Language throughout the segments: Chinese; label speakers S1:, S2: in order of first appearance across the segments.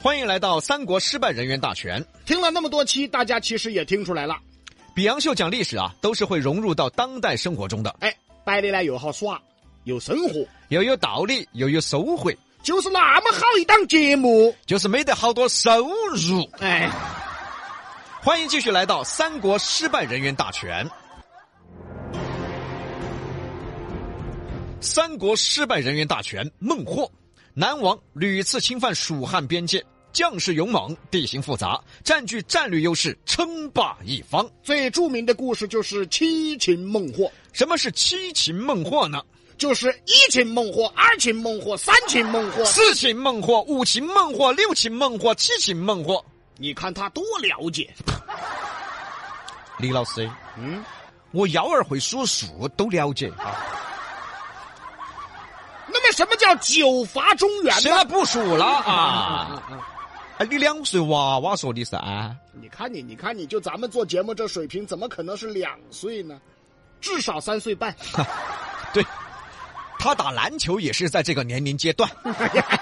S1: 欢迎来到《三国失败人员大全》。
S2: 听了那么多期，大家其实也听出来了，
S1: 比洋秀讲历史啊，都是会融入到当代生活中的，
S2: 哎，摆的呢又好啊耍，又生活，
S1: 又有道理，又有收获，
S2: 就是那么好一档节目。
S1: 就是没得好多收入。
S2: 哎，
S1: 欢迎继续来到《三国失败人员大全》。三国失败人员大全，孟获。南王屡次侵犯蜀汉边界，将士勇猛，地形复杂，占据战略优势，称霸一方。
S2: 最著名的故事就是七擒孟获，
S1: 什么是七擒孟获呢？
S2: 就是一擒孟获、二擒孟获、三擒孟获。
S1: 四擒孟获，五擒孟获，六擒孟获，七擒孟获。
S2: 你看他多了解，
S1: 李老师，
S2: 嗯，
S1: 我幺儿会数数，都了解。
S2: 那么什么叫九伐中原
S1: 行
S2: 呢？
S1: 了，不数了啊！
S2: 啊啊！
S1: 哎，你两岁娃娃说的噻，
S2: 你看你，你看你，就咱们做节目这水平，怎么可能是两岁呢？至少三岁半。
S1: 对，他打篮球也是在这个年龄阶段。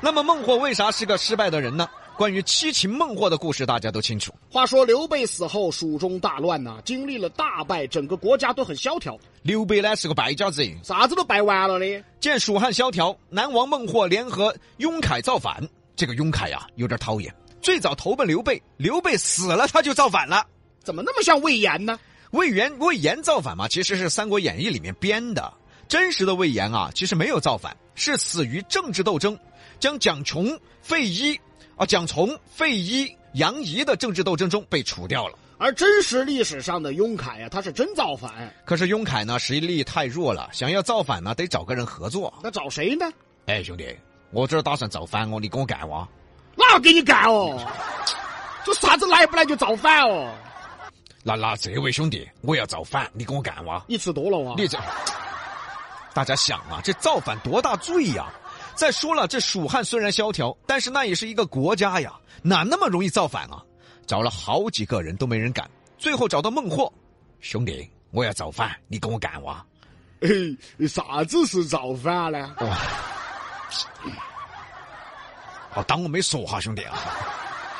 S1: 那么孟获为啥是个失败的人呢？关于七擒孟获的故事，大家都清楚。
S2: 话说刘备死后，蜀中大乱呐、经历了大败，整个国家都很萧条，
S1: 刘备呢是个败家子，
S2: 啥子都败完了嘞。
S1: 见蜀汉萧条，南王孟获联合雍凯造反。这个雍凯呀、有点讨厌，最早投奔刘备，刘备死了他就造反了。
S2: 怎么那么像魏延呢？
S1: 魏延魏延造反嘛，其实是《三国演义》里面编的。真实的魏延啊，其实没有造反，是死于政治斗争，将蒋琼、费祎啊、蒋从、费祎、杨仪的政治斗争中被除掉了。
S2: 而真实历史上的雍凯呀、他是真造反，
S1: 可是雍凯呢，实力太弱了，想要造反呢，得找个人合作。
S2: 那找谁呢？
S1: 哎，兄弟，我这儿打算造反哦，你跟我干哇！
S2: 那我给你干哦！这啥子来不来就造反哦！
S1: 那那这位兄弟，我要造反，你跟我干哇！
S2: 你吃多了啊！
S1: 你这，大家想啊，这造反多大罪呀、再说了，这蜀汉虽然萧条，但是那也是一个国家呀，哪那么容易造反啊？找了好几个人都没人敢，最后找到孟获，兄弟，我要造反，你跟我干哇！
S2: 哎，啥子是造反呢？
S1: 好，哦当我没说哈，兄弟啊，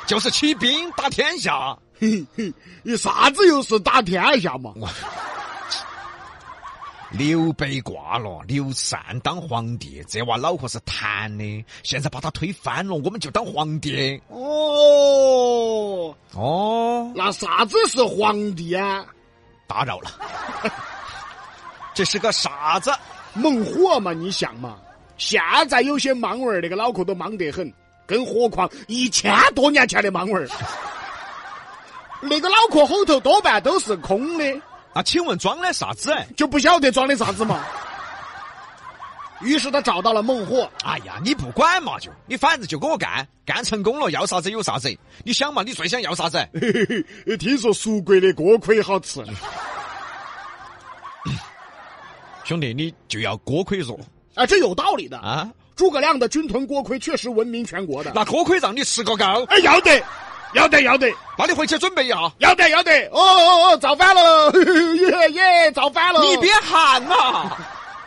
S1: 就是起兵打天下。
S2: 嘿嘿，啥子又是打天下嘛？
S1: 刘备挂了，刘禅当皇帝，这娃脑壳是弹的，现在把他推翻了，我们就当皇帝。
S2: 哦，
S1: 哦，
S2: 那啥子是皇帝啊？
S1: 打扰了， 这是个傻子。
S2: 孟获嘛，你想嘛，现在有些莽娃儿那个脑壳都莽得很，更何况一千多年前的莽娃儿，那个脑壳后头多半都是空的，
S1: 啊，请问装的啥子？哎
S2: 就不晓得装的啥子嘛。于是他找到了孟获，
S1: 哎呀，你不管嘛就，你反正就跟我干，干成功了要啥子有啥子。你想嘛，你最想要啥子？
S2: 嘿嘿嘿，听说蜀国的锅盔好吃，
S1: 兄弟，你就要锅盔肉
S2: 啊，这有道理的。
S1: 啊？
S2: 诸葛亮的军屯锅盔确实闻名全国的。
S1: 那锅盔让你吃个够，
S2: 哎，要得，要得，要得，
S1: 那你回去准备一下。
S2: 要得，要得！哦哦哦，造反了，嘿嘿耶耶，造反了！
S1: 你别喊呐、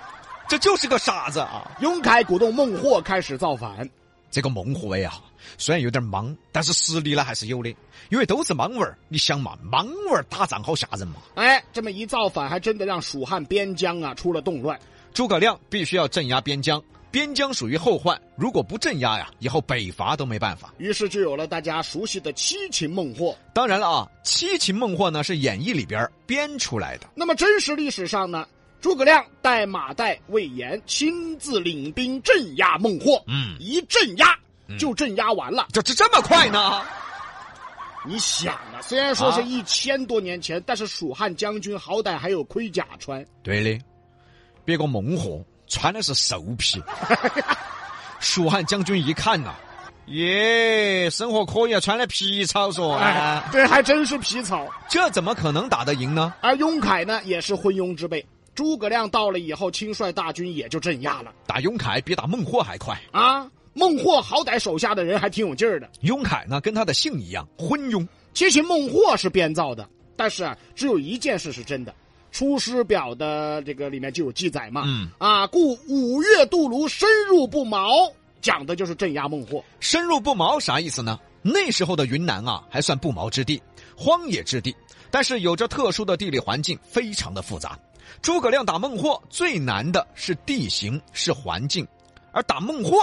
S1: 这就是个傻子啊！
S2: 雍凯鼓动孟获开始造反，
S1: 这个孟获呀，虽然有点莽，但是实力呢还是有的，因为都是莽娃儿。你想嘛，莽娃儿打仗好吓人嘛。
S2: 哎，这么一造反，还真的让蜀汉边疆啊出了动乱。
S1: 诸葛亮必须要镇压边疆，边疆属于后患，如果不镇压呀，以后北伐都没办法。
S2: 于是就有了大家熟悉的七擒孟获。
S1: 当然了啊，七擒孟获呢是《演义》里边儿编出来的，
S2: 那么真实历史上呢，诸葛亮带马岱、魏延亲自领兵镇压孟获，
S1: 嗯
S2: 一镇压就镇压完了。
S1: 这这这么快呢？
S2: 你想啊，虽然说
S1: 啊
S2: 是一千多年前，但是蜀汉将军好歹还有盔甲穿，
S1: 对的，别个孟获穿的是兽皮， 蜀汉将军一看呐、耶，生活可以啊，穿的皮草说，
S2: 哎
S1: 哎，
S2: 对，还真是皮草。
S1: 这怎么可能打得赢呢？
S2: 而雍凯呢，也是昏庸之辈。诸葛亮到了以后，亲率大军也就镇压了。
S1: 打雍凯比打孟获还快。
S2: 啊，孟获好歹手下的人还挺有劲儿的。
S1: 雍凯呢，跟他的姓一样，昏庸。
S2: 其实孟获是编造的，但是啊，只有一件事是真的，《出师表》的这个里面就有记载嘛。
S1: 嗯
S2: 啊，故五岳杜庐深入不毛，讲的就是镇压孟获。
S1: 深入不毛啥意思呢？那时候的云南啊，还算不毛之地，荒野之地，但是有着特殊的地理环境，非常的复杂。诸葛亮打孟获最难的是地形，是环境，而打孟获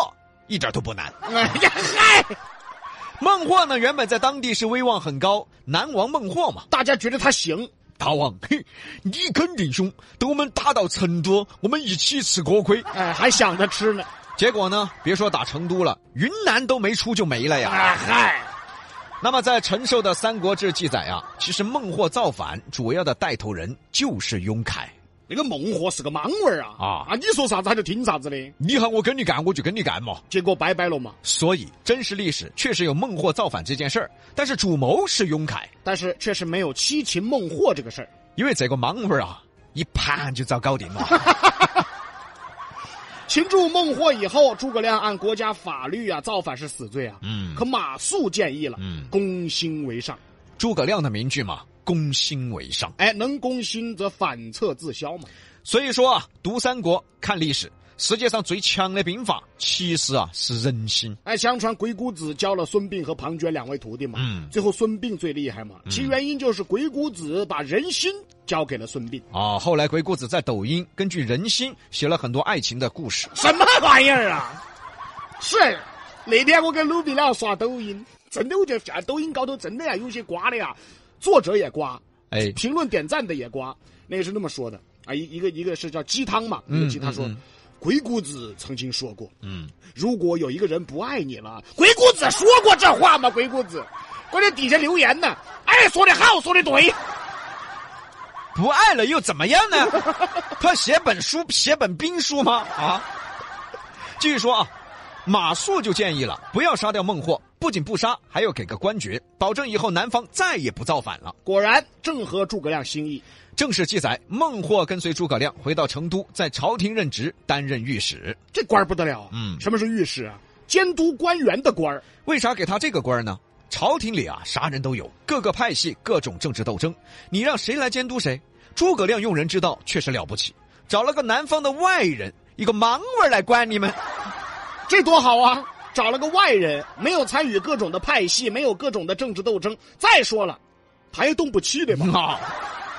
S1: 一点都不难。
S2: 哎呀嗨，
S1: 孟获呢，原本在当地是威望很高，南王孟获嘛。
S2: 大家觉得他行，
S1: 大王，嘿，你肯定凶。等我们打到成都，我们一起吃锅盔。
S2: 哎，还想着吃呢。
S1: 结果呢，别说打成都了，云南都没出就没了呀。
S2: 哎嗨，
S1: 那么在陈寿的《三国志》记载啊，其实孟获造反主要的带头人就是雍凯。
S2: 那个孟获是个莽娃啊
S1: 啊
S2: 啊！你说啥子他就听啥子的，
S1: 你喊我跟你干，我就跟你干嘛。
S2: 结果拜拜了嘛。
S1: 所以真实历史确实有孟获造反这件事儿，但是主谋是雍凯，
S2: 但是确实没有七擒孟获这个事儿。
S1: 因为这个莽娃儿啊，一盘就遭搞定了。
S2: 擒住孟获以后，诸葛亮按国家法律啊，造反是死罪啊。
S1: 嗯
S2: 可马谡建议了，
S1: 嗯，
S2: 攻心为上。
S1: 诸葛亮的名句嘛，攻心为上。
S2: 哎，能攻心则反侧自消嘛。
S1: 所以说啊，读三国看历史，世界上最强的兵法其实啊是人心。
S2: 哎，相传鬼谷子教了孙膑和庞涓两位徒弟嘛，
S1: 嗯
S2: 最后孙膑最厉害嘛，其原因就是鬼谷子把人心交给了孙膑。
S1: 啊，后来鬼谷子在抖音根据人心写了很多爱情的故事。
S2: 什么玩意儿啊？是，那天我跟鲁比料刷抖音，真的，我觉得现在抖音高头真的呀，有些瓜的呀，作者也瓜，
S1: 哎，
S2: 评论点赞的也瓜，那个是那么说的啊，一一个一个是叫鸡汤嘛，一
S1: 嗯
S2: 个鸡汤说，
S1: 嗯嗯
S2: 鬼谷子曾经说过，
S1: 嗯，
S2: 如果有一个人不爱你了，鬼谷子说过这话吗？鬼谷子，关键底下留言呢，哎，说的好，说的对，
S1: 不爱了又怎么样呢？他写本书，写本兵书吗？啊，继续说啊，马谡就建议了，不要杀掉孟获，不仅不杀，还要给个官爵，保证以后南方再也不造反了。
S2: 果然正合诸葛亮心意。
S1: 正史记载，孟获跟随诸葛亮回到成都，在朝廷任职，担任御史。
S2: 这官儿不得了啊！
S1: 嗯
S2: 什么是御史啊？监督官员的官儿。
S1: 为啥给他这个官儿呢？朝廷里啊，啥人都有，各个派系、各种政治斗争，你让谁来监督谁？诸葛亮用人之道确实了不起，找了个南方的外人，一个盲文儿来管你们。
S2: 这多好啊！找了个外人，没有参与各种的派系，没有各种的政治斗争。再说了，他也动不起的嘛。
S1: 啊，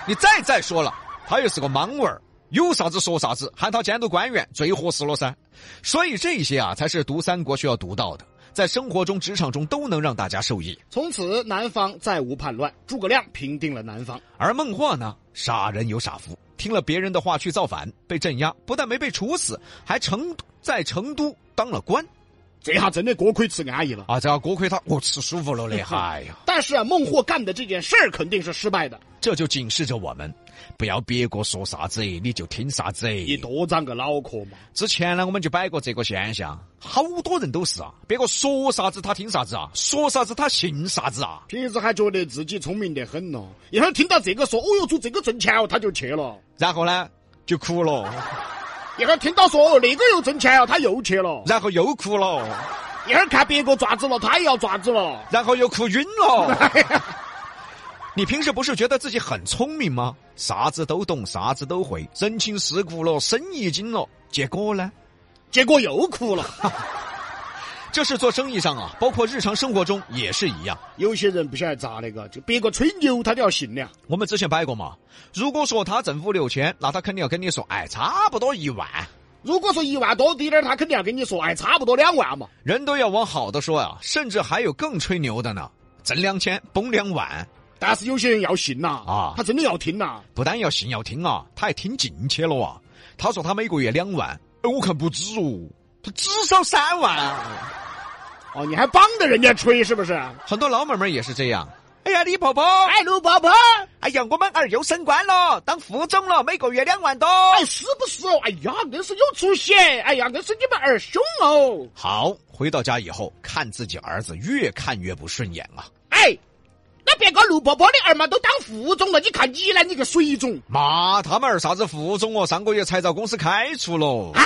S1: 你再再说了，他又是个盲文儿，有啥子说啥子，喊他监督官员最合适了噻。所以这些啊，才是读三国需要读到的，在生活中、职场中都能让大家受益。
S2: 从此南方再无叛乱，诸葛亮平定了南方。
S1: 而孟获呢，傻人有傻福，听了别人的话去造反，被镇压，不但没被处死，还成在成都当了官
S2: 这下真的锅盔吃安逸了。
S1: 啊！这锅盔他我吃舒服了嘞，哎呀，
S2: 但是啊，孟获干的这件事儿肯定是失败的。
S1: 这就警示着我们，不要别个说啥子你就听啥子。
S2: 你多长个脑壳嘛！
S1: 之前呢，我们就摆过这个现象，好多人都是啊，别个说啥子他听啥子啊，说啥子他信啥子啊。
S2: 平时还觉得自己聪明得很呢，一会儿听到这个说“哦哟，做这个挣钱哦”，他就去了；
S1: 然后呢，就哭了，
S2: 一会儿听到说“哦那个又挣钱哦”，他又去了。
S1: 然后又哭了，
S2: 一会儿看别个爪子了，他也要爪子了。
S1: 然后又哭晕了。你平时不是觉得自己很聪明吗？啥子都懂，啥子都会，人情世故了，生意经了，结果呢？
S2: 结果又哭了。
S1: 这是做生意上啊，包括日常生活中也是一样。
S2: 有些人不晓得咋那个，就别个吹牛他都要信的。
S1: 我们之前摆过嘛，如果说他挣五六千，那他肯定要跟你说，哎，差不多一万。
S2: 如果说一万多滴点儿，他肯定要跟你说，哎，差不多两万嘛。
S1: 人都要往好的说呀、甚至还有更吹牛的呢，挣两千，崩两万，
S2: 但是有些人要信呐、
S1: 啊
S2: 他真的要听呐、
S1: 不但要信要听啊，他还听进去了啊。他说他每个月两万，哎我看不止哦，他至少三万啊。
S2: 哦，你还帮着人家吹是不是？哎，
S1: 很多老妹儿们也是这样。哎呀，李婆婆，
S2: 卢伯伯，
S1: 哎呀，我们儿又升官了，当副总了，每个月两万多。
S2: 哎，是不是哦？哎呀，硬是有出息！哎呀，硬是你们儿凶哦！
S1: 好，回到家以后，看自己儿子越看越不顺眼啊。
S2: 哎，那别个卢伯伯的儿嘛都当副总了，你看你呢？你个水种
S1: 骂他们儿啥子副总哦，上个月才遭公司开除了
S2: 啊，，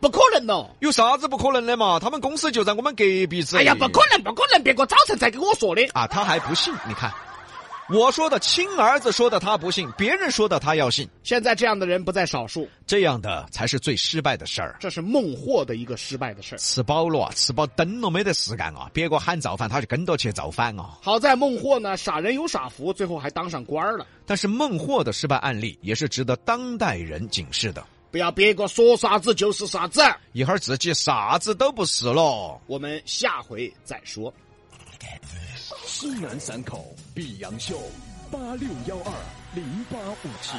S2: 不可能哦咯、
S1: 有啥子不可能的嘛？他们公司就在我们隔壁子。
S2: 哎哎呀，不可能，不可能！别个早晨才跟我说的。
S1: 啊，他还不信，你看，我说的亲儿子说的他不信，别人说的他要信，
S2: 现在这样的人不在少数，
S1: 这样的才是最失败的事儿。
S2: 这是孟获的一个失败的事儿。
S1: 吃饱了，啊吃饱登了，没得事干啊！别个喊造反，他就跟着去造反啊！
S2: 好在孟获呢，傻人有傻福，最后还当上官儿了。
S1: 但是孟获的失败案例也是值得当代人警示的。
S2: 不要别个说啥子就是啥子，
S1: 一会儿自己啥子都不是了。
S2: 我们下回再说。
S3: 西南散口碧阳秀，八六幺二零八五七。